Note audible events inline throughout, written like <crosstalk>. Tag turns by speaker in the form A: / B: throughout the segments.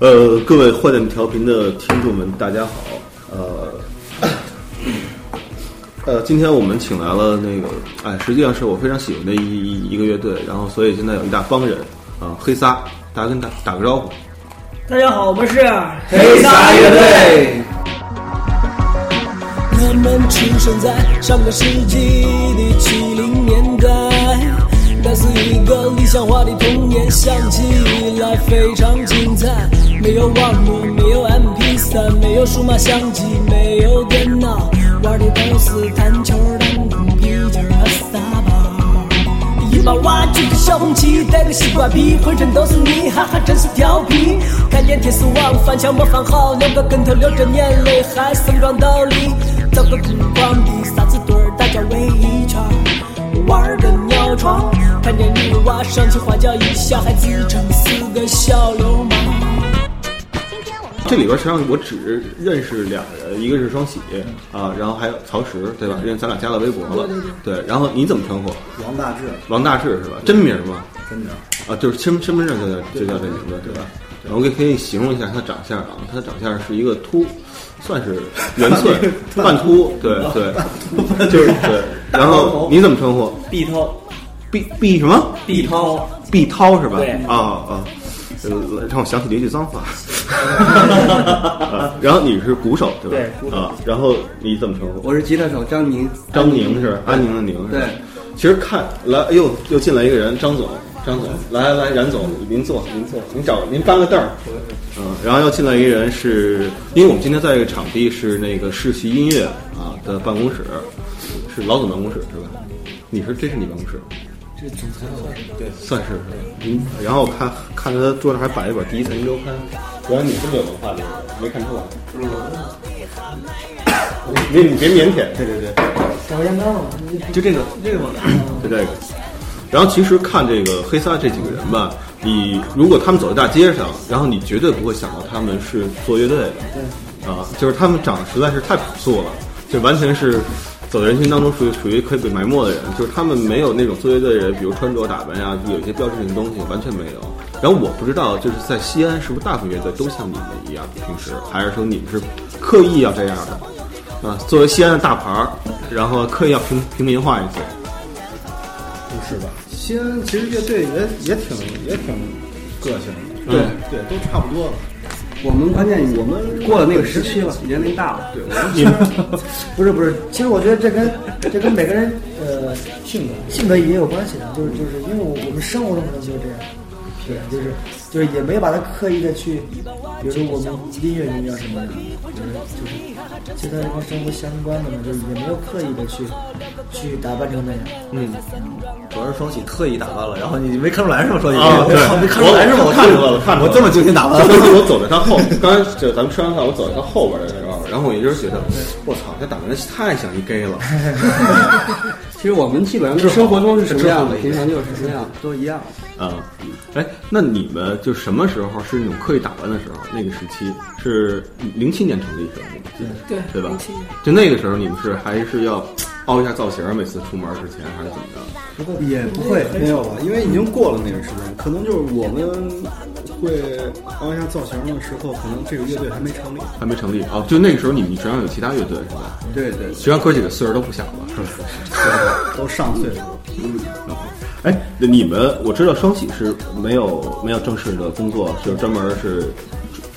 A: 呃，各位坏蛋调频的听众们，大家好。呃， <coughs> 呃，今天我们请来了那个，哎，实际上是我非常喜欢的一一一个乐队，然后所以现在有一大帮人啊、黑撒，大家跟打打个招呼。
B: 大家好，我们是
C: 黑撒乐队，
D: 我们出生在上个世纪的七零年代，那是一个理想化的童年，想起来非常精彩。没有网络，没有 MP3，没有数码相机，没有电脑，玩的都是弹球、弹弓、皮筋和沙包。一把挖掘个小红旗，戴个西瓜皮，浑身都是泥，哈哈，真是调皮。看见铁丝网，翻墙模仿好，两个跟头流着眼泪，还盛装倒立，找个空旷的沙子堆儿，大家围一圈儿，玩个尿床。看见女娃上起花轿，一笑还自称是个小流氓。
A: 这里边实际上我只认识俩人，一个是双喜啊，然后还有曹石，对吧？因为咱俩加了微博了，对然后你怎么称呼？
C: 王大治，
A: 王大志是吧？真名吗？
C: 真的，
A: 啊，就是身身份证就叫就叫这名字，对吧？然后我给可以形容一下他长相啊，他长相是一个秃，算是圆寸半秃，对对，就是对。然后你怎么称呼？
B: 毕涛，
A: 毕毕什么？
B: 毕涛，
A: 毕涛是吧
B: 对？
A: 啊啊，呃，让我想起了一句脏 <laughs> 话。啊然后你是鼓手对吧？
B: 对鼓手
A: 啊，然后你怎么称呼？
C: 我是吉他手张宁，
A: 张宁是安宁的宁是吧？
C: 对
A: 其实看来，哎呦，又进来一个人，张总，张总，来来来，冉总，您坐，您坐，您找，您搬个凳儿。嗯，然后又进来一个人是，因为我们今天在一个场地是那个世袭音乐啊的办公室，是老总办公室是吧？你是这是你办公室？这总裁算是对，算是是吧。嗯，然后看看他桌上还摆一本《第一财经周刊》，原来你这么有文化的人，没看出来。别你别腼腆，对对对。
C: 就这个这个
A: 就这个。然后其实看这个黑撒这几个人吧，你如果他们走在大街上，然后你绝对不会想到他们是做乐队的，对，啊，就是他们长得实在是太朴素了，就完全是走在人群当中属于属于可以被埋没的人，就是他们没有那种做乐队的人，比如穿着打扮呀、有一些标志性的东西完全没有。然后我不知道，就是在西安是不是大部分乐队都像你们一样，平时还是说你们是刻意要这样的，啊，作为西安的大牌儿，然后刻意要平平民化一些。
C: 不是吧？西安其实乐队也也挺也挺个性的，
A: 对
C: 对，都差不多了。我们关键我们过了那个时期了，年龄大了，对，我们
A: 你
C: <laughs>
E: 不是不是，其实我觉得这跟这跟每个人呃性格性格也有关系的，就是就是因为我我们生活中可能就是这样，对，就是就是也没把它刻意的去，比如说我们音乐里面什么的，就是就是其他人跟生活相关的嘛，就是也没有刻意的去去打扮成那样。
C: 主要是双喜特意打扮了，然后你没看出来是吗？双喜，
A: 啊，对，
C: <laughs> 我没看出来是吗？
A: 我看出来了，看出来了
C: 我这么精心打扮， <laughs>
A: 就 <laughs> 当时我走在他后，刚才就咱们吃完饭，我走在他后边的时候，然后我一直觉得，我操，这打扮的太像一 gay 了。
F: 其实我们基本上生活中是什么
A: <laughs>
F: 样的，平常就是什么样，都一样。
A: 啊，哎，那你们就什么时候是那种刻意打扮的时候？那个时期是零七年成立是吧？我记得
B: 对
A: 对吧
B: 07年？
A: 就那个时候你们是还是要凹一下造型，每次出门之前还是怎么着？
C: 也不会没有吧，因为已经过了那个时间，可能就是我们会凹一下造型的时候，可能这个乐队还没成立。
A: 还没成立哦，就那个时候你们实际上有其他乐队是吧？
C: 对对，
A: 实际上哥几个岁数都不小了，
C: <laughs>
A: 是不是？
C: 都上岁数了。
A: 哎，那你们我知道双喜是没有没有正式的工作，就是专门是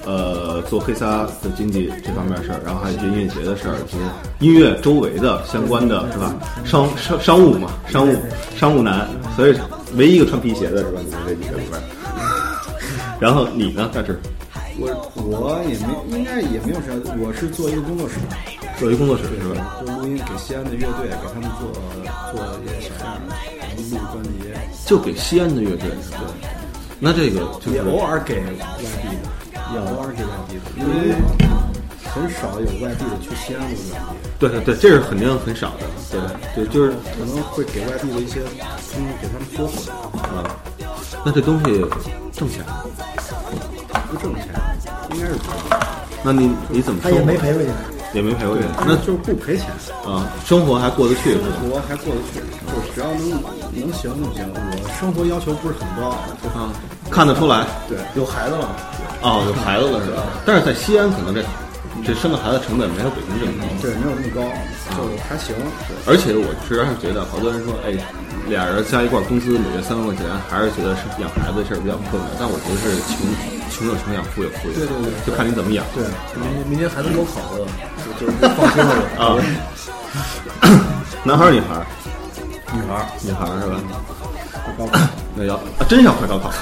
A: 呃做黑撒的经济这方面的事儿，然后还有一些音乐节的事儿，就是音乐周围的相关的是吧？商商商务嘛，商务商务男，所以唯一一个穿皮鞋的是吧？你们这几个里边儿。然后你呢，大志
C: 我我也没应该也没有啥，我是做一个工作室，
A: 作为工作室是吧？
C: 就录音给西安的乐队，给他们做做一些小样儿，然后录专辑，
A: 就给西安的乐队是吧？那这个就是
C: 也偶尔给外地的，也偶尔给外地的，因为很少有外地的去西安的人，
A: 对对对，这是肯定很少的，对对，就是
C: 可能会给外地的一些，嗯，给他们说回来，
A: 啊，那这东西挣钱吗，
C: 不挣钱，应该是不挣钱
A: 那你你怎么
E: 他
A: 生活
E: 也没赔回去，
A: 也没赔过钱，
C: 那
A: 那
C: 就是不赔钱，
A: 啊，生活还过得去是吧？
C: 我还过得去，就是只要能能行就行。我生活要求不是很高，就是
A: 啊，看得出来，
C: 对，有孩子了，
A: 哦，有孩子了是吧？但是在西安可能这这生个孩子成本没有北京这么高，
C: 对，没有那么高，就还行。对
A: 而且我实际上觉得好多人说，哎，俩人加一块儿工资每月三万块钱，还是觉得是养孩子这事儿比较困难，但我觉得是穷穷有穷养，富有富有，对对对，就看你怎么养，对
G: 明明天孩子高考了，就就放心了。
A: <laughs> 啊。男孩儿女孩儿？
G: 女孩儿
A: 女孩儿是吧？那要啊，真要快高考了，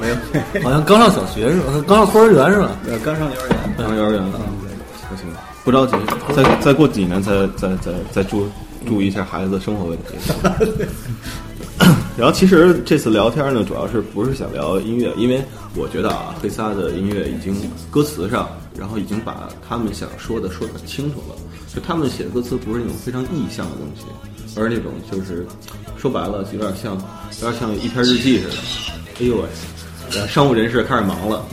A: 没有，
G: 好像刚上小学是吧？刚上幼儿园是吧？
C: 呃，刚上幼儿园，
A: 上幼儿园了，不行，不着急，再再过几年再再再再注注意一下孩子的生活问题。 <laughs> 然后其实这次聊天呢，主要是不是想聊音乐，因为我觉得啊，黑撒的音乐已经歌词上，然后已经把他们想说的说得很清楚了。就他们写的歌词不是那种非常意象的东西，而是那种就是说白了，有点像有点像一篇日记似的。哎呦喂，然后商务人士开始忙了，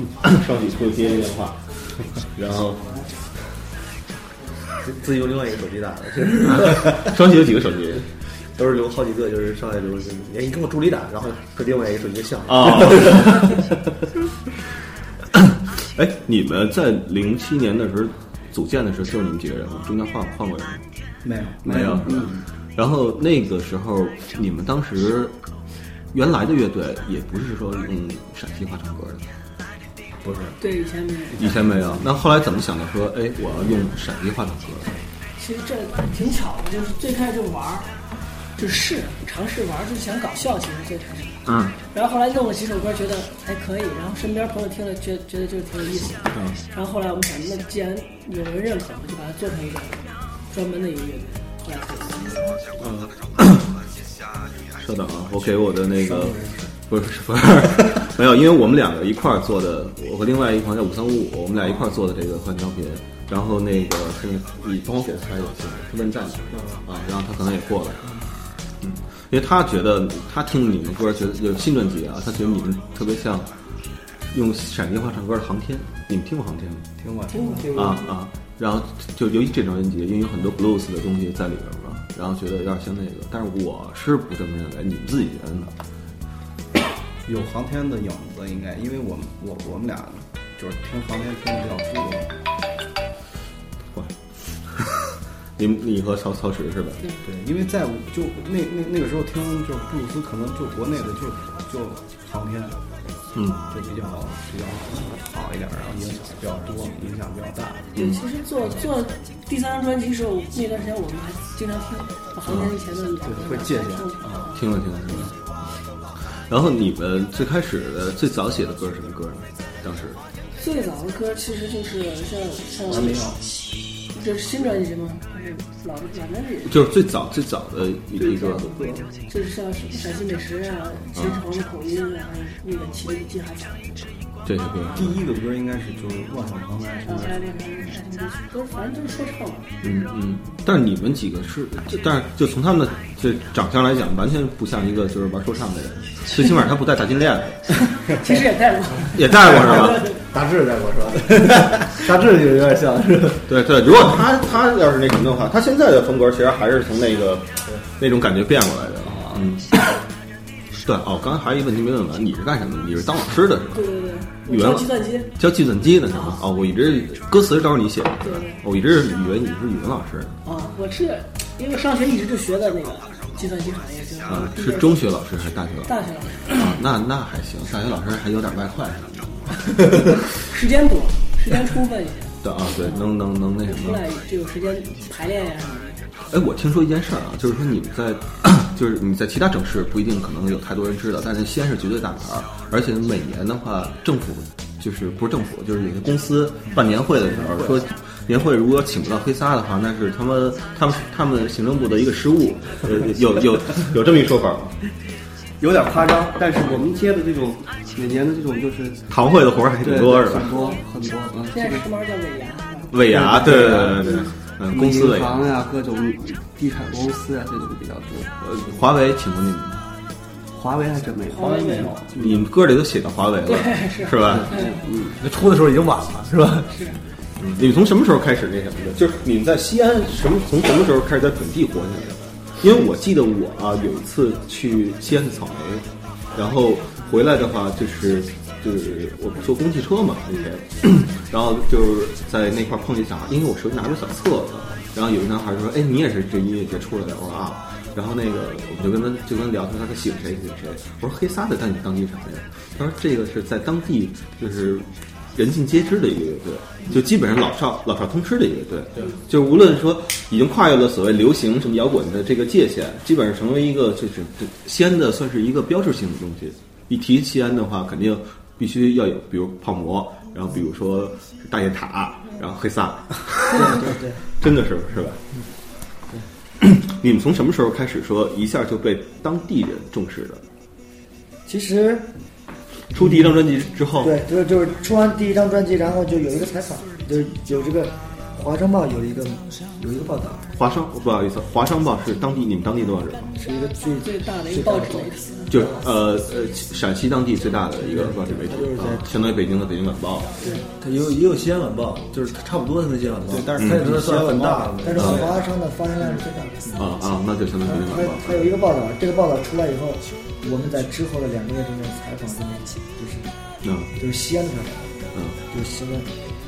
A: 上去给我 <laughs> 接一电话，然后
G: 自己用另外一个手机打的，
A: 双喜有几个手机
G: 都是留好几个，就是上来留，哎，你跟我助理打，然后和另外一个手机像。
A: 啊？ <laughs> 哎，你们在零七年的时候组建的时候，就是你们几个人吗？中间换换过人吗？
C: 没有，
A: 没有。然后那个时候，你们当时原来的乐队也不是说用陕西话唱歌的，
B: 对，以前没有。
A: 以前没有。那后来怎么想的说，哎，我要用陕西话唱歌？
B: 其实这挺巧的，就是最开始就玩儿，就试尝试玩儿，就是想搞笑，其实最开始。
A: 嗯
B: 然后后来弄了几首歌，觉得还可以，然后身边朋友听了，觉觉得就是挺有意思的。
A: 嗯
B: 然后后来我们想，那既然有人认可，我们就把它做成一个专门的一个乐队。后来可以
A: 稍等啊，我给我的那个不是不是没有，因为我们两个一块儿做的，我和另外一朋友叫五三五五，我们俩一块儿做的这个换装频，然后那个是你帮我给他一个信是问站啊，然后他可能也过来，嗯，因为他觉得他听你们歌觉得有新专辑啊，他觉得你们特别像用陕西话唱歌的航天，你们听过航天吗？
C: 听过，
E: 听听
A: 啊啊，然后就由于这张专辑，因为有很多 blues 的东西在里边儿嘛，然后觉得有点像那个，但是我是不这么认为，你们自己觉得呢？
C: 有航天的影子应该，因为我们我我们俩就是听航天听的比较多，
A: 哇，你们你和曹曹石是吧？
C: 对，因为在我就那那那个时候听就是布鲁斯，可能就国内的就就航天
A: 嗯，
C: 就比较比较好一点，然后影响比较多，影响比较大，
B: 对，其实做做第三张专辑的时候，那段时间我们还经常听，把航天以前的两
C: 会借鉴
B: 嗯
C: 啊。
A: 听了听了听了。然后你们最开始的最早写的歌是什么歌呢？当时
B: 最早的歌其实就是像像这是新专辑吗？还是老老专辑？
A: 就是最早最早的一
B: 对，
A: 批歌，
B: 就是像陕西美食啊、秦城的口音啊，还有那个骑驴记还长，
A: 这些歌。
C: 第一个歌应该是就是《万象长白山
B: 然》 <laughs> 后还有那个爱情歌曲，都反正就是说唱嘛。
A: 嗯嗯，但是你们几个是，就但是就从他们的这长相来讲，完全不像一个就是玩说唱的人，最起码他不戴大金链子，
B: 其实也带过，
A: 也戴过是吧？
G: 大志在我是吧？大志就有点像是吧。
A: 对对，如果他他要是那什么的话，他现在的风格其实还是从那个那种感觉变过来的。嗯，对哦，刚才还有一问题没问完，你是干什么的？你是当老师的是吧？
B: 对对对，
A: 语
B: 我
A: 文
B: 教计算机，
A: 教计算机的是吗？哦，我一直歌词都是你写的哦
B: 对对，
A: 我一直以为你是语文老师
B: 啊，我是因为上学一直就学的那个计算机行业，就是
A: 啊，
B: 毕
A: 是
B: 业
A: 中学老师还是大学老师？
B: 大学老师，
A: 啊，那那还行，大学老师还有点外快什么
B: <laughs> 时间多，时间充分一些，
A: 的。对啊，对，能能能那什
B: 出
A: 么。
B: 来就有时间排练啊呀什么的。
A: 哎，我听说一件事儿啊，就是说你们在，就是你在其他城市不一定可能有太多人知道，但是西安是绝对大牌儿，而且每年的话，政府就是不是政府，就是有些公司办年会的时候说，年会如果请不到黑撒的话，那是他们他们他们行政部的一个失误，呃有有有这么一说法吗？
F: 有点夸张，但是我们接的这种每年的这种就是
A: 堂会的活儿还挺
F: 对
A: 多是吧
F: 很？多很多，嗯，
B: 现
F: 这
B: 在
F: 个
B: 时髦叫尾牙，是吧
A: 尾牙，对对对对对，嗯，公司尾
F: 银
A: 牙
F: 行。呀，各种地产公司
C: 啊
F: 呀，这种比较多。
A: 呃，华为，请问你们，
F: 华为还真没有，
B: 华为没有，
A: 你们歌里都写到华为了，
B: 是
A: 是吧？
G: 那出的时候已经晚了，是吧？
A: 嗯你们从什么时候开始那什么的？就是你们在西安什么从什么时候开始在本地活起来的？因为我记得我啊有一次去西安的草莓，然后回来的话就是就是我不坐公汽车嘛那天，然后就是在那块儿碰见小孩，因为我手里拿着小册子，然后有一男孩说：“哎，你也是这音乐节出来的？”我说啊。然后那个我们就跟他就跟聊天，他说喜欢谁喜欢谁，我说黑撒的，但你当地什么呀？他说这个是在当地就是人尽皆知的一个乐队，就基本上老少老少通吃的一个乐队，就是无论说已经跨越了所谓流行什么摇滚的这个界限，基本上成为一个就是这西安的算是一个标志性的东西。一提西安的话，肯定必须要有，比如泡馍，然后比如说大雁塔，然后黑撒，
E: 对对对，
A: 真的是是吧？你们从什么时候开始说一下就被当地人重视的？
E: 其实
A: 出第一张专辑之后，
E: 对，就是就是出完第一张专辑，然后就有一个采访，就是有这个《华商报》有一个有一个报道，
A: 华商不好意思，华商报是当地你们当地多少人吗？
E: 是一个最
B: 最大的一个报纸媒体。
A: 就是呃呃，陕西当地最大的一个报纸媒体
E: 就是，在
A: 啊相当于北京的《北京晚报》。
G: 它也有也有西安晚报，就是差不多的那些晚报，但是它也能算很大的。
E: 但是华商的发行量是最大的。
A: 嗯啊啊，那就相当于《北京
E: 他
A: 晚报
E: 他有一个报道，这个报道出来以后，我们在之后的两个月中间采访的媒体，就是》。
A: 嗯
E: 就是西安的采访，
A: 嗯，
E: 就是新闻，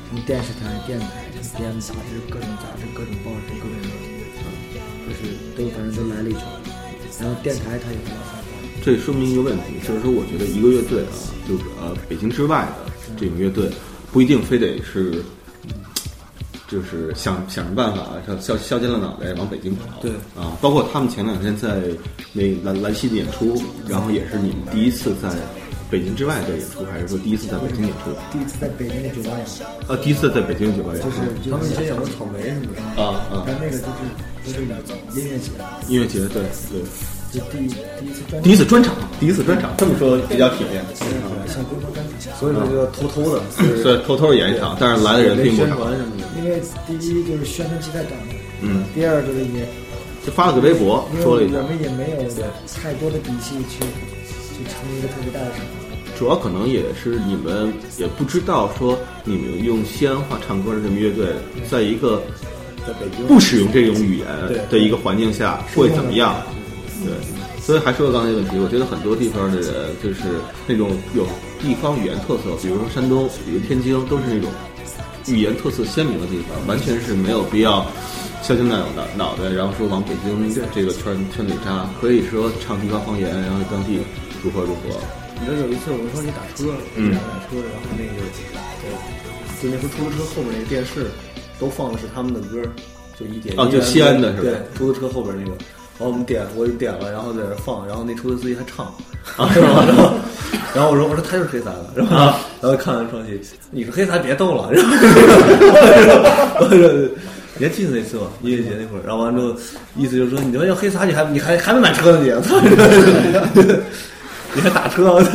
E: 从电视台、电台、电杂志、各种杂志、各种报纸、各种媒体，就是都反正都来了一圈。然后电台他也会来采访。
A: 这说明一个问题，就是说，我觉得一个乐队啊，就是呃，北京之外的这种乐队，不一定非得是，就是想想着办法，啊像削削尖了脑袋往北京跑。
G: 对
A: 啊，包括他们前两天在呃那兰兰溪的演出，然后也是你们第一次在北京之外的演出，还是说第一次在北京演出？
E: 第一次在北京的酒吧演出，
A: 呃，第一次在北京酒吧演出。
E: 就是就是
G: 他们以前有过草莓什么的，
A: 啊啊
E: 他，那个就是就是音乐节，
A: 音乐节对对，
E: 就第一第一次专
A: 第
E: 辑，
A: 一次专场，第一次专场，这么说比较体面。
E: 小规模专场。
G: 所以说就要偷偷的，
A: 所以偷偷演一场，但是来的人
G: 没
A: 并不
G: 宣
A: 少。
G: 传什么的。
E: 因为第一就是宣传期太短了，
A: 嗯，
E: 第二就是也
A: 就发了个微博
E: 因为
A: 说了一下
E: 我，们也没有太多的底气去去成立一个特别大的厂牌。
A: 主要可能也是你们也不知道说你们用西安话唱歌的这么乐队，在一个
G: 在北京，
A: 不使用这种语言的
G: 对
A: 一个环境下会怎么样？对，所以还说到刚才那个问题，我觉得很多地方的人就是那种有地方语言特色，比如说山东，比如天津，都是那种语言特色鲜明的地方，完全是没有必要削尖脑脑脑袋，然后说往北京这个圈圈里扎，可以说唱地方方言，然后当地如何如何。
G: 你知道有一次我们说你打车，
A: 嗯
G: 打车，然后那个，就那时候出租车后面那个电视都放的是他们的歌，就一点
A: 哦就西安的是吧
G: 对，出租车后边那个，然后我们点我就点了，然后在那儿放，然后那出租车司机还唱，
A: 啊是吗啊
G: <laughs> 然后然后我说我说他就是黑撒的，然后然后看完双喜，你说黑撒别逗
A: <laughs>
G: 了，然后我说。你还记得
A: <laughs>
G: 那次吗？
A: 嗯
G: 音乐节那会儿，然后完之后，意思就是说，你他妈要黑撒，你还你还还没买车呢，你，
A: <laughs>
G: 操 <laughs> 你还打车，啊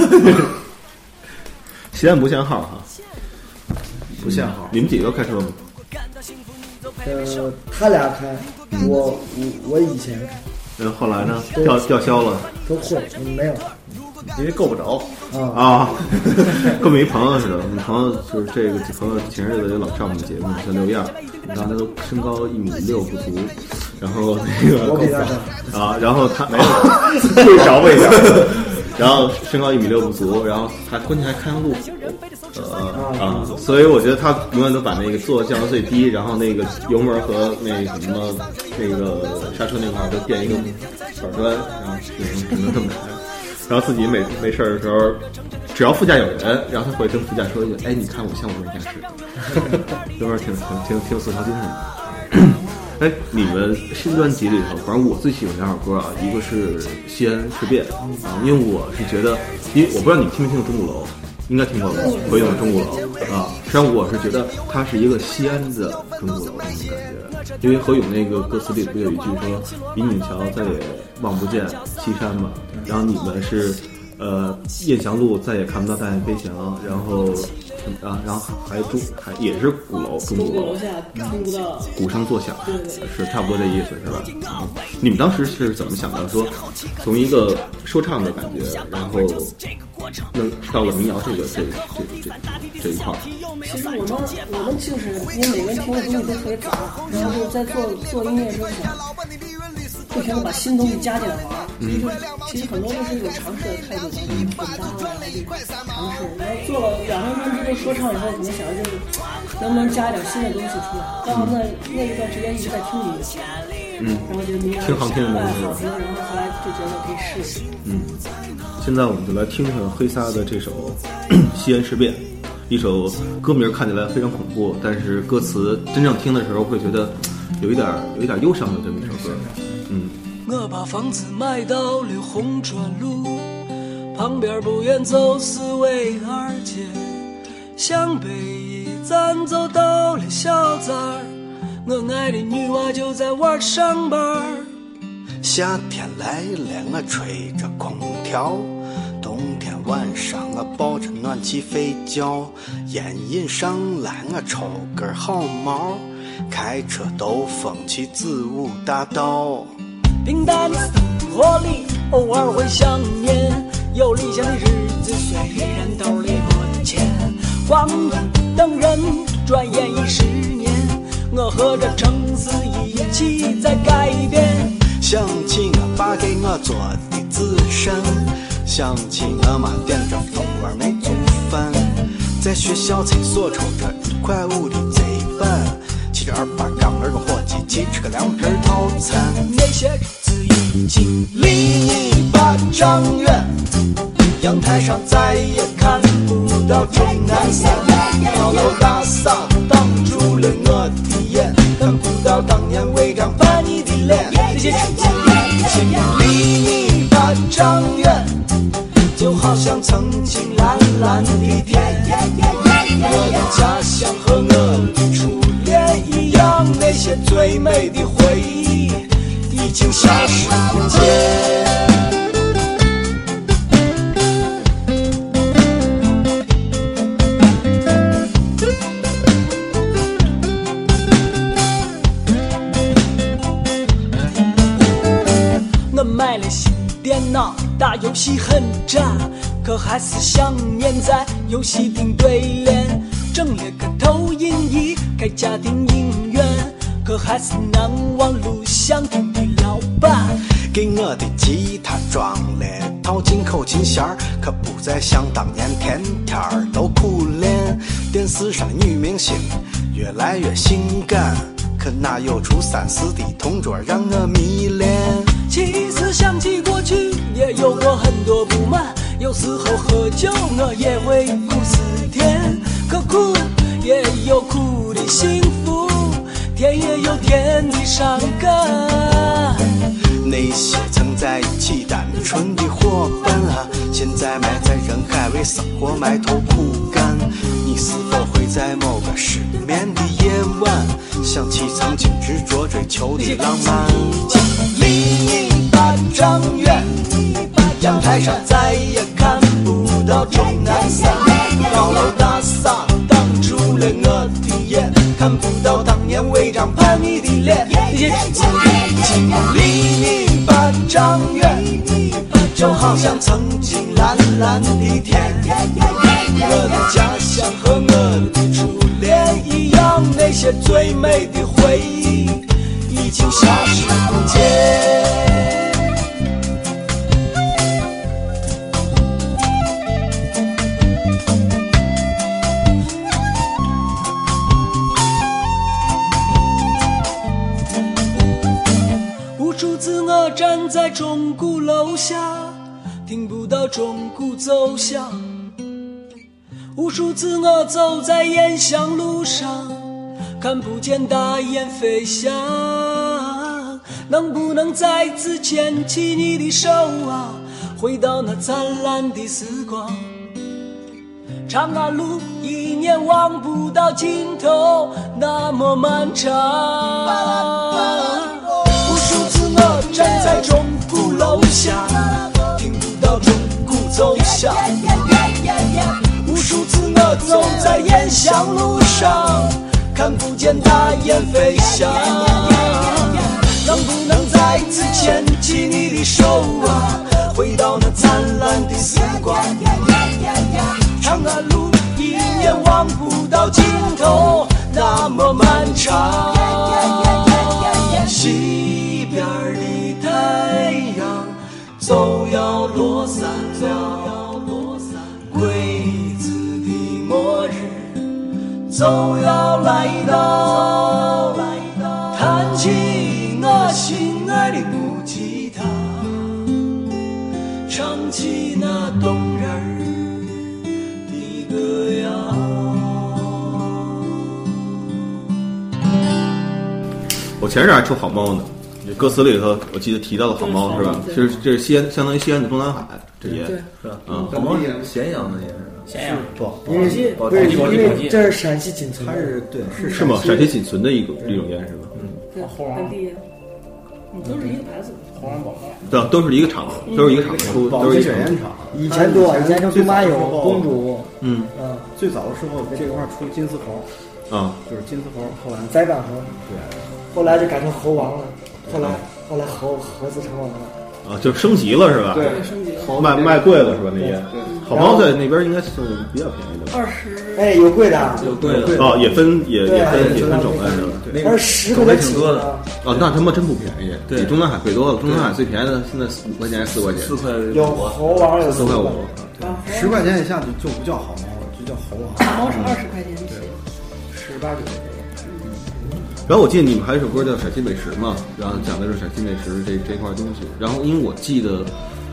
G: <laughs>
A: 西安不限号哈，
G: 不限号。
A: 你们几个开车吗？
E: 呃，他俩开，我我我以前
A: 嗯，后来呢？吊吊销了
E: 都会，没有
G: 因为够不着，
E: 啊。
A: 啊， <laughs> 跟我们一朋友似的。我们朋友就是这个朋友，前日子也老上我们节目，叫刘燕儿。你看他都身高一米六不足，然后那个
E: 我比他
A: 高啊，然后他没 <laughs> 有，就是少我一
G: <laughs>
A: 点。然后身高一米六不足，然后还关键还开上路虎，呃啊，所以我觉得他永远都把那个座降到最低，然后那个油门和那个什么那个刹车那块儿都垫一个呃板砖，然后只能只能这么开。然后自己没没事儿的时候，只要副驾有人，然后他会跟副驾说一句：“哎，你看我像我这驾驶。”这边挺挺挺挺有自嘲精神的。哎，你们新专辑里头，反正我最喜欢两首歌啊，一个是《西安事变》啊，因为我是觉得，因为我不知道你们听没听过钟鼓楼，应该听过吧？我也有钟鼓楼啊，实际上我是觉得它是一个西安的钟鼓楼那种感觉，因为何勇那个歌词里不有一句说“银锦桥再也望不见西山”嘛，然后你们是。呃，雁翔路再也看不到大雁飞翔，然后啊，然后还住还也是鼓楼，住
B: 中
A: 鼓
B: 国
A: 楼
B: 楼，下听不到，
A: 鼓声作响，啊
B: 对对
A: 是差不多这意思是吧？嗯你们当时是怎么想到说，从一个说唱的感觉，然后弄到了民谣这个这这这这一块儿？
B: 其实我们我们就是因为每个人听的东西都特别杂，然后就在做做音乐的时候想，不停的把新东西加进来玩儿。嗯，其实很多都是一种尝试的态度，嗯，很大胆的一种尝试。然后做了两张专辑都说唱以后，可能想的就是能不能加一点新的东西出来。刚好那那一段时间一直在听民谣，嗯，然后觉得民谣
A: 挺好听的
B: 哎
A: 是吧
B: 好听，然后后来就觉得可以试试。
A: 现在我们就来听听黑撒的这首《西安事变》，一首歌名看起来非常恐怖，但是歌词真正听的时候会觉得有一点儿有一点儿忧伤的这么一首歌。嗯，
D: 我把房子买到了红砖路，旁边不远就是卫二街，向北一站就到了小寨儿，我爱的女娃就在我上班儿。
C: 夏天来了，我吹着空调；冬天晚上，我抱着暖气睡觉。烟瘾上来，我抽根好毛。开车兜风去子午大道。
D: 平淡活力，偶尔会想念。有理想的日子虽然兜里没钱，荒芜等人，转眼已十年。我和这城市一起在改变。
C: 想起我爸啊给我做的紫参，想起我妈点着蜂窝煤做饭，在学校厕所抽着一块五的贼板，骑着二八杠儿个伙计，骑吃个凉皮儿套餐。
D: 那些日子已经
C: 离你八丈远，阳台上再也看不到钟南山，高楼大厦挡住了我的眼，看不到当年违章叛逆的脸。那些日子已经离你八丈远，就好像曾经蓝蓝的天，我的家乡和我的初恋一样，那些最美的回忆已经消失不见。
D: 我买了新电脑，打游戏很渣，可还是想念在游戏厅对联。整了个投影仪，开家庭影院，可还是难忘录像厅的老板。
C: 给我的吉他装了套进口琴弦儿，可不再像当年天天儿都苦练。电视上的女明星越来越性感，可哪有初三四的同桌让我迷恋？
D: 其实想起过去，也有过很多不满。有时候喝酒，我也会哭四天。可哭也有哭的幸福，甜也有甜的伤感。
C: 那些曾在一起单纯的伙伴啊，现在埋在人海为生活埋头苦干。你是否会在某个失眠的夜晚，想起曾经执着追求的浪漫？离你八丈远，阳台上再也看不到钟南山，高楼大厦挡住了我的眼，看不到当年违章叛逆的脸。那些日子已经离你八丈远，就好像曾经蓝蓝的天，我的家乡和我的初恋一样，那些最美的回忆已经消失不见。
D: 无数次我站在钟鼓楼下，听不到钟鼓奏响。无数次我走在烟香路上，看不见大雁飞翔。能不能再次牵起你的手啊，回到那灿烂的时光？长安路一眼望不到尽头，那么漫长。
C: 无数次我站在钟鼓楼下，听不到钟鼓奏响。无数次我
D: 走在烟香路上，看不见大雁飞翔。能不能再次牵起你的手啊，回到那灿烂的时光？长安路一眼望不到尽头，那么漫长。西边的太阳总要落山了，归子的末日总要来到。弹起我心爱的木吉他，唱起那动人儿的歌谣。
A: 我前阵还抽好猫呢，歌词里头我记得提到了好猫是吧？这是这是西安，相当于西安的中南海，这也
G: 是吧？
A: 嗯
G: 怎么咸阳的也是？
H: 咸阳
E: 因为
G: 宝
E: 不是
G: 鸡
E: 因为这是陕西仅存的，
C: 是对是
A: 是吗？陕西仅存的一种一种烟是嗯吧？
B: 对，本地人，你都是一个牌子，
H: 黄安宝盖，
A: 对，都是一个厂子，都是一个厂子出，
C: 嗯宝
A: 都是
C: 鸡
A: 一个
C: 卷
A: 厂子
C: 烟厂，
E: 以前多，以前
C: 它
E: 就
C: 最
E: 兵
C: 早
E: 马
C: 的时
E: 俑、
C: 候
E: 公，主，
A: 嗯
E: 嗯，
C: 最早的时候这块儿出金丝猴，
A: 啊，
C: 就是金丝猴，后来
E: 宰港猴，后来就改成猴王了，后来后来猴猴子成王了，
A: 啊，就升级了是吧？
C: 对
B: 升级了
A: 卖卖贵了是吧？那烟
C: 对，
A: 好猫在那边应该算比较便宜的吧？
B: 二十
E: 哎，有贵的，
G: 有贵的，
A: 哦，也分也
E: 对
A: 也分
E: 对
A: 也分种类是吧？
G: 那
E: 但
G: 个
E: 是十块钱
G: 挺
E: 起
G: 多
E: 啊
G: 的，
A: 哦，那他妈真不便宜，
G: 对
A: 比中南海贵多了。中南海最便宜的现在五块钱还是四块钱，
G: 四块
E: 有猴王，有
A: 四块五。
C: 十块钱以下就就不叫好猫了，就叫猴啊王。
B: 猫是二十块钱一起，
C: 十八九，
A: 然后我记得你们还有一首歌叫《陕西美食》嘛，然后讲的是陕西美食这这块东西。然后因为我记得，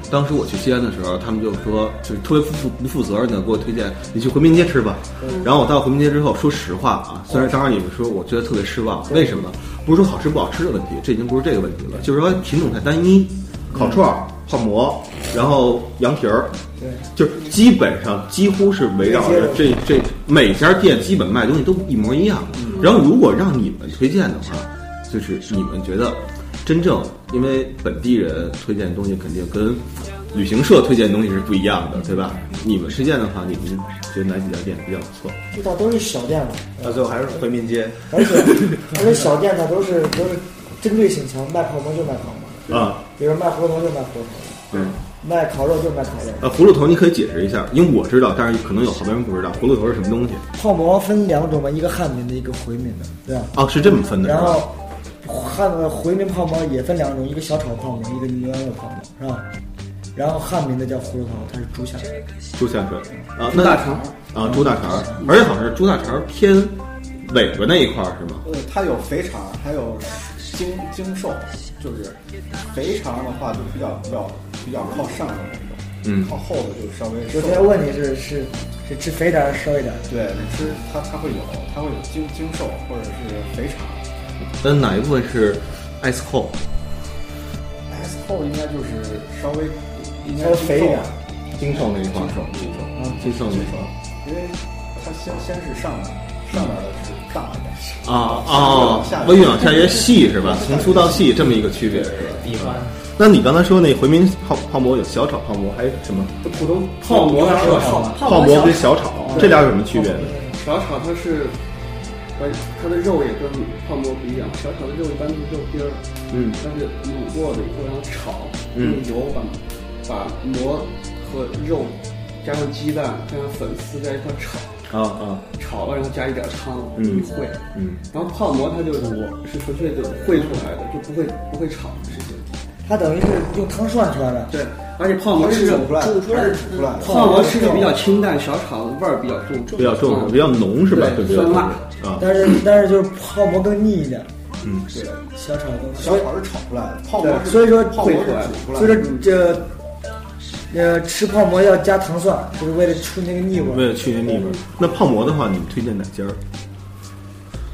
A: 当时我去西安的时候，他们就说就是特别不负不负责任的给我推荐你去回民街吃吧。然后我到回民街之后，说实话啊，虽然当时你们说我觉得特别失望，为什么？不是说好吃不好吃的问题，这已经不是这个问题了，就是说品种太单一，烤串儿、泡馍，然后羊皮儿。就是基本上几乎是围绕着这这每家店基本卖东西都一模一样。然后如果让你们推荐的话，就是你们觉得真正因为本地人推荐的东西肯定跟旅行社推荐的东西是不一样的，对吧？你们推荐的话，你们觉得哪几家店比较不错？
E: 这倒都是小店嘛，
G: 到啊最后还是回民街。
E: 而且而且小店呢都是都是针对性强，卖泡馍就卖泡馍，
A: 啊，
E: 比如卖胡同就卖胡同，
A: 对。啊
E: 卖烤肉就卖烤肉。
A: 呃，葫芦头你可以解释一下，因为我知道，但是可能有好多人不知道葫芦头是什么东西。
E: 泡馍分两种嘛，一个汉民的，一个回民的，对吧？
A: 哦，是这么分的，
E: 然
A: 是吧？
E: 后汉呃回民泡馍也分两种，一个小炒泡馍，一个牛羊肉泡馍，是吧？然后汉民的叫葫芦头，它是猪下水，
A: 猪下水啊，那大肠啊，猪大肠，而且好像是猪大肠偏尾巴那一块儿是吗？
C: 呃，它有肥肠，还有精精瘦，就是肥肠的话就比较比较比较靠上的那种，
A: 嗯
C: 靠后的就稍微
E: 我
C: 瘦
E: 现。在问你是是是吃肥点儿还是瘦一点儿？
C: 对，你吃它它会有，它会有精精瘦或者是肥肠。
A: 但哪一部分是 ice c o
C: S 后应该就是稍微应
E: 稍
C: 该
E: 微肥一点儿，
A: 精瘦那一块儿啊
C: 精瘦，精瘦，
A: 精瘦
C: 精瘦，因为它先先是上面上面的是大一点，
A: 啊啊，微越往下越细是吧？从粗到细这么一个区别是吧？
H: 地方
A: 那你刚才说那回民泡泡馍有小炒泡馍，还有什么
F: 普通
H: 泡馍还有泡馍，
A: 泡馍跟小炒，这俩有什么区别呢？
F: 小炒它是，呃，它的肉也跟泡馍不一样，小炒的肉一般都是肉丁儿，
A: 嗯
F: 它是卤过了以后然后炒，
A: 嗯
F: 用油把把馍和肉加上鸡蛋加上粉丝在一块儿炒，
A: 啊啊，
F: 炒了然后加一点汤，
A: 嗯
F: 一烩，
A: 嗯，
F: 然后泡馍它就是是纯粹的烩出来的，就不会不会炒的事情。
E: 它等于是用汤涮出来的，
F: 对，而且泡馍吃着嗯
C: 煮出来，煮出来，煮出来的。
F: 泡馍吃着比较清淡，小炒的味儿比较重，
A: 比较重，
F: 嗯
A: 比较浓是吧？
F: 对
A: 比较重
F: 酸辣
A: 啊，
E: 但是但是就是泡馍更腻一点，
A: 嗯，
E: 小炒更
C: 小炒是炒出来的，泡馍是
E: 所以说
C: 泡馍是煮出来嗯
E: 所以
C: 的。
E: 说这呃吃泡馍要加糖蒜，就是为了出那个腻味儿。
A: 为了去那地方。那泡馍的话，你们推荐哪家儿？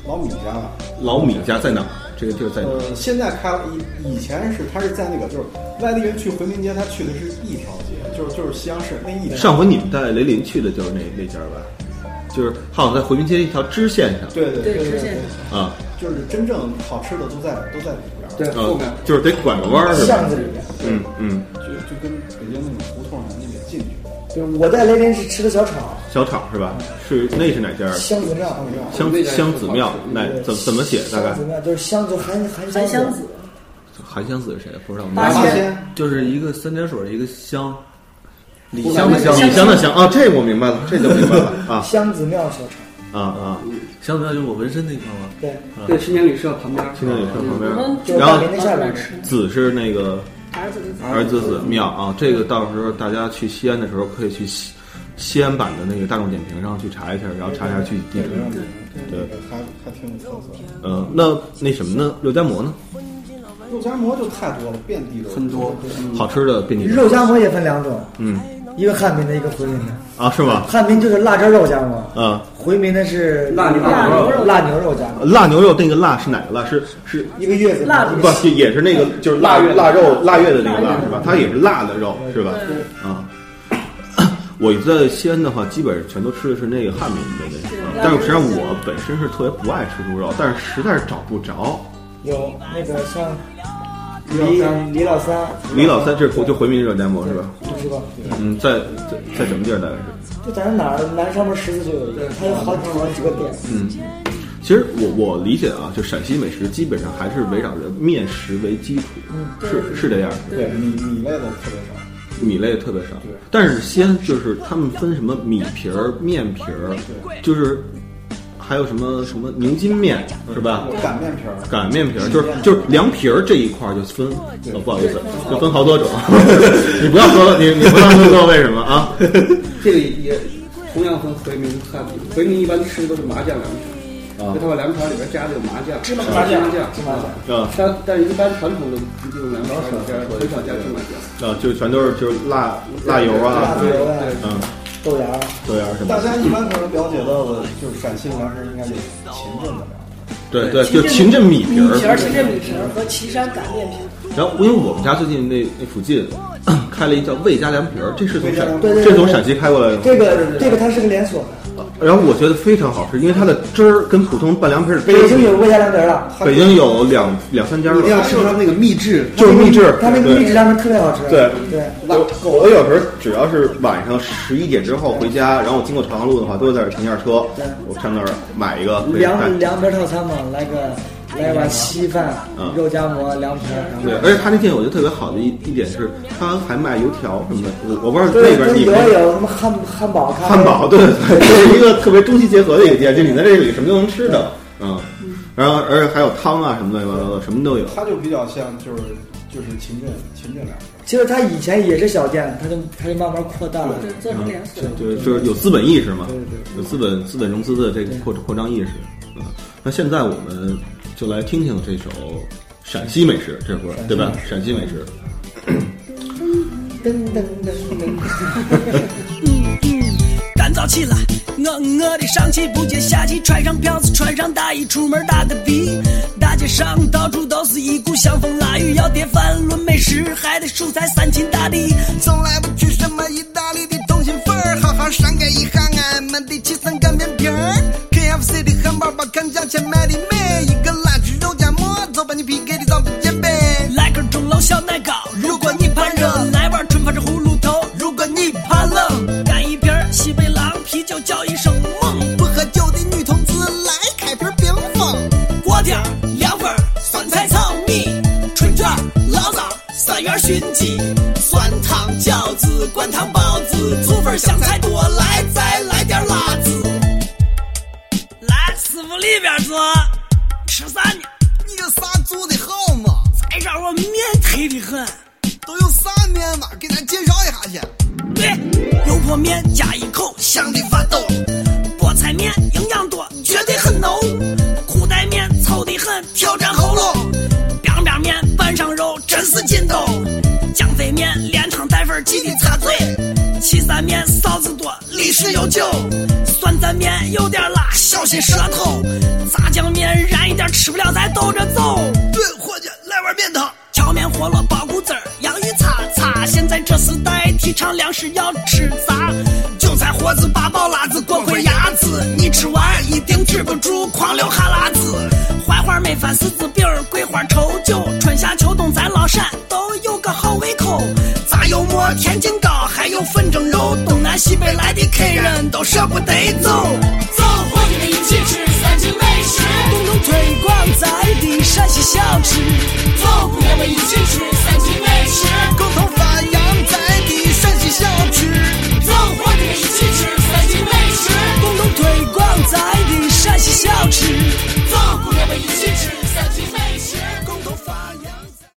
C: 老米家吧，
A: 老米家在哪儿？这个地儿在哪儿？
C: 呃，现在开了，以以前是它是在那个就是外地人去回民街，他去的是一条街，就是就是西洋市那一条。
A: 上回你们带雷林去的就是那那家吧，就是好像在回民街一条支线上
C: 对对
B: 对，
C: 对
B: 直
C: 对
B: 线
C: 对，
A: 啊，
C: 就是真正好吃的都在都在里边儿。
F: 对，
A: 啊
F: 后面
G: 嗯
A: 就是得拐个弯儿是吧
E: 巷？子里面。
A: 嗯嗯，
C: 就就跟北京那种胡同儿那边进去，
E: 对，我在雷震是吃的小炒，
A: 小炒是吧？是那是哪家？
E: 香子庙，
A: 香香子庙，那怎怎么写？大概
E: 香子庙就是香，就含含
B: 韩湘
E: 子啊
B: 子，
A: 韩湘子是谁？不知道。
B: 八仙
G: 就是一个三点水，一个香，李
A: 香
G: 香
A: 的
G: 的香，
A: 香，李香的香啊，这我明白了，这就明白了啊
E: 香子庙小炒。
A: 啊啊！
G: 香子庙就是我纹身那地方嘛。
E: 对，
F: 对，青年旅社旁边，
A: 青年旅社旁
B: 我
A: 边，
B: 们
E: 就是
A: 然后
E: 大林的下边吃。
A: 子是那个
B: 儿子的
A: 儿子子庙啊，这个到时候大家去西安的时候可以去西西安版的那个大众点评上去查一下，然后查一下去地址。对，
C: 还还挺有特色的。
A: 嗯，那那什么呢？肉夹馍呢？
C: 肉夹馍就太多了，遍地都
F: 很多。
A: 好吃的便利店
E: 肉夹馍也分两种，
A: 嗯
E: 一个汉民的，一个回民的。
A: 啊，是吗？
E: 汉民就是辣椒肉夹馍，
A: 啊，
E: 回民的是
F: 辣牛肉
E: 肉辣牛肉夹馍，
A: 辣牛肉那个辣是哪个辣？是是
E: 一个月子
B: 辣
E: 馍
B: 子
A: 不是也是那个就是腊月腊肉腊月的那个腊是吧？它也是辣的肉是吧？啊。 <coughs> 我在西安的话，基本上全都吃的是那个汉民的那个，啊但是实际上我本身是特别不爱吃猪肉，但是实在是找不着。
E: 有那个像李李老三，
A: 李老三这是就回民热夹馍是吧？
E: 是吧？
A: 嗯，在在在什么地儿大概是？
E: 就在哪儿南上面十字就有一个，它有好几好几个店。
A: 嗯，其实我我理解啊，就陕西美食基本上还是围绕着面食为基础，是是这样的。
C: 对，米米类的特别少。
A: 米类特别少，但是西安就是他们分什么米皮儿、面皮儿，就是还有什么什么牛筋面是吧？
C: 有擀面皮儿，
A: 擀面皮儿就是就是凉皮儿这一块儿就分，哦不好意思，就分好多种。 <laughs> 你不要说你你不要说为什么啊？ <laughs>
F: 这个也同样分回民和汉民。回民一般吃的都是麻酱凉茶，
A: 啊
F: 就他把凉茶里边加的有麻酱、芝麻
E: 麻酱
F: 酱、
E: 芝麻酱。
A: 啊
F: 但但是一般传统的这种凉茶里边很少加芝麻酱。
A: 啊，就全都是就是辣辣油啊
E: 辣，子油啊，
A: 嗯，
E: 豆芽儿，
A: 豆芽儿什么
C: 大
A: 的，
C: 家一般可能了解到的就是陕西粮食应该就是秦镇的粮
A: 对对，就秦镇米皮
B: 米皮儿、
A: 儿。
B: 秦镇米皮儿和岐山擀面皮儿，
A: 然后因为我们家最近那那附近开了一叫魏家凉皮儿，这是从陕
E: 对对
A: 这从陕西开过来的吗。
E: 这个这个它是个连锁的，
A: 然后我觉得非常好吃，因为它的汁儿跟普通拌凉皮儿的
E: 北
A: 汁儿
E: 京有魏家凉皮儿了，
A: 北京有两两三家
G: 一定要
A: 了，
G: 吃它那个秘制，
A: 就是秘制，
E: 它那个秘制凉皮儿特别好吃。
A: 对
E: 对，
A: 我我有时候只要是晚上十一点之后回家，然后我经过朝阳路的话，都会在这儿停下车
E: 对，
A: 我上那儿买一个回家带
E: 凉凉皮儿套餐嘛，来个来一碗稀饭
A: 嗯、
E: 肉夹馍、凉皮儿。
A: 对，而且他那店我觉得特别好的一一点是，他还卖油条什么的，我我不知道
E: 对，
A: 那
E: 就是
A: 边你
E: 有
A: 们
E: 有什么汉汉堡、咖啡
A: 汉堡，
E: <laughs>
A: 对对对，这是一个特别中西结合的一个店，就你在这里什么都能吃的，嗯，然后而且还有汤啊什么乱七八糟的，什么都有
C: 食，，它就比较像就是就是秦镇秦镇粮食。
E: 其实它以前也是小店，它就它就慢慢扩大了。
B: 对，做成连锁。
A: 就是就是有资本意识嘛，有资本资本融资的这个扩扩张意识啊。那现在我们就来听听这首陕西美食这会儿对吧？陕西美食，嗯
E: 噔噔噔噔。
D: 干燥起来，我我的上气不接下气，穿上票子，穿上大衣，出门打个的。大街上到处都是一股香风腊雨，要叠饭论美食，还得蔬菜三秦大地。
H: 从来不去什么意大利的通心粉儿，好好伤感一下俺们的七层擀面皮儿。KFC 的汉堡包看价钱卖的美，一个辣汁肉夹馍就把你 PK 的早不戒备。
D: 来根钟楼小奶糕，如果你怕热，来碗春发这葫芦头，如果你怕冷，干一瓶儿西北狼啤酒，叫一声猛。
H: 不喝酒的女同志来开瓶冰峰，
D: 锅贴儿、凉粉儿、酸菜炒米、春卷儿、醪糟、三元熏鸡、酸汤饺子、灌汤包子、醋粉儿香菜多来，再来点儿辣子。来，师傅里边坐，吃啥呢？
H: 你这啥做的好嘛？
D: 哎，让我面推的很。
H: 都有啥面嘛？给咱介绍一下去。
D: 对，油泼面夹一口，香的发抖；菠菜面营养多，绝对很浓；裤带面臭的很，挑战喉咙；凉面面拌上肉，真是劲道；酱飞面连汤带粉，记得擦嘴；岐山面臊子多，历史悠久；酸蘸面有点辣，小心舌头；炸酱面燃一点，吃不了咱兜着走。
H: 对，伙计，来碗面汤。
D: 荞面、饸饹、苞谷子儿、洋芋擦擦。现在这时代提倡粮食要吃杂，韭菜、盒子、八宝、辣子、滚回牙子，你吃完一定止不住狂流哈喇子。槐花、美饭、柿子饼儿、桂花稠酒、春咱秋冬咱老陕都有个好胃口，咱有馍、天津糕，还有粉蒸肉，东南西北来的客人都舍不得走。走，伙计们一起吃三秦美食，共同推广咱的陕西小吃。走，姑娘们一起吃三秦美食，共同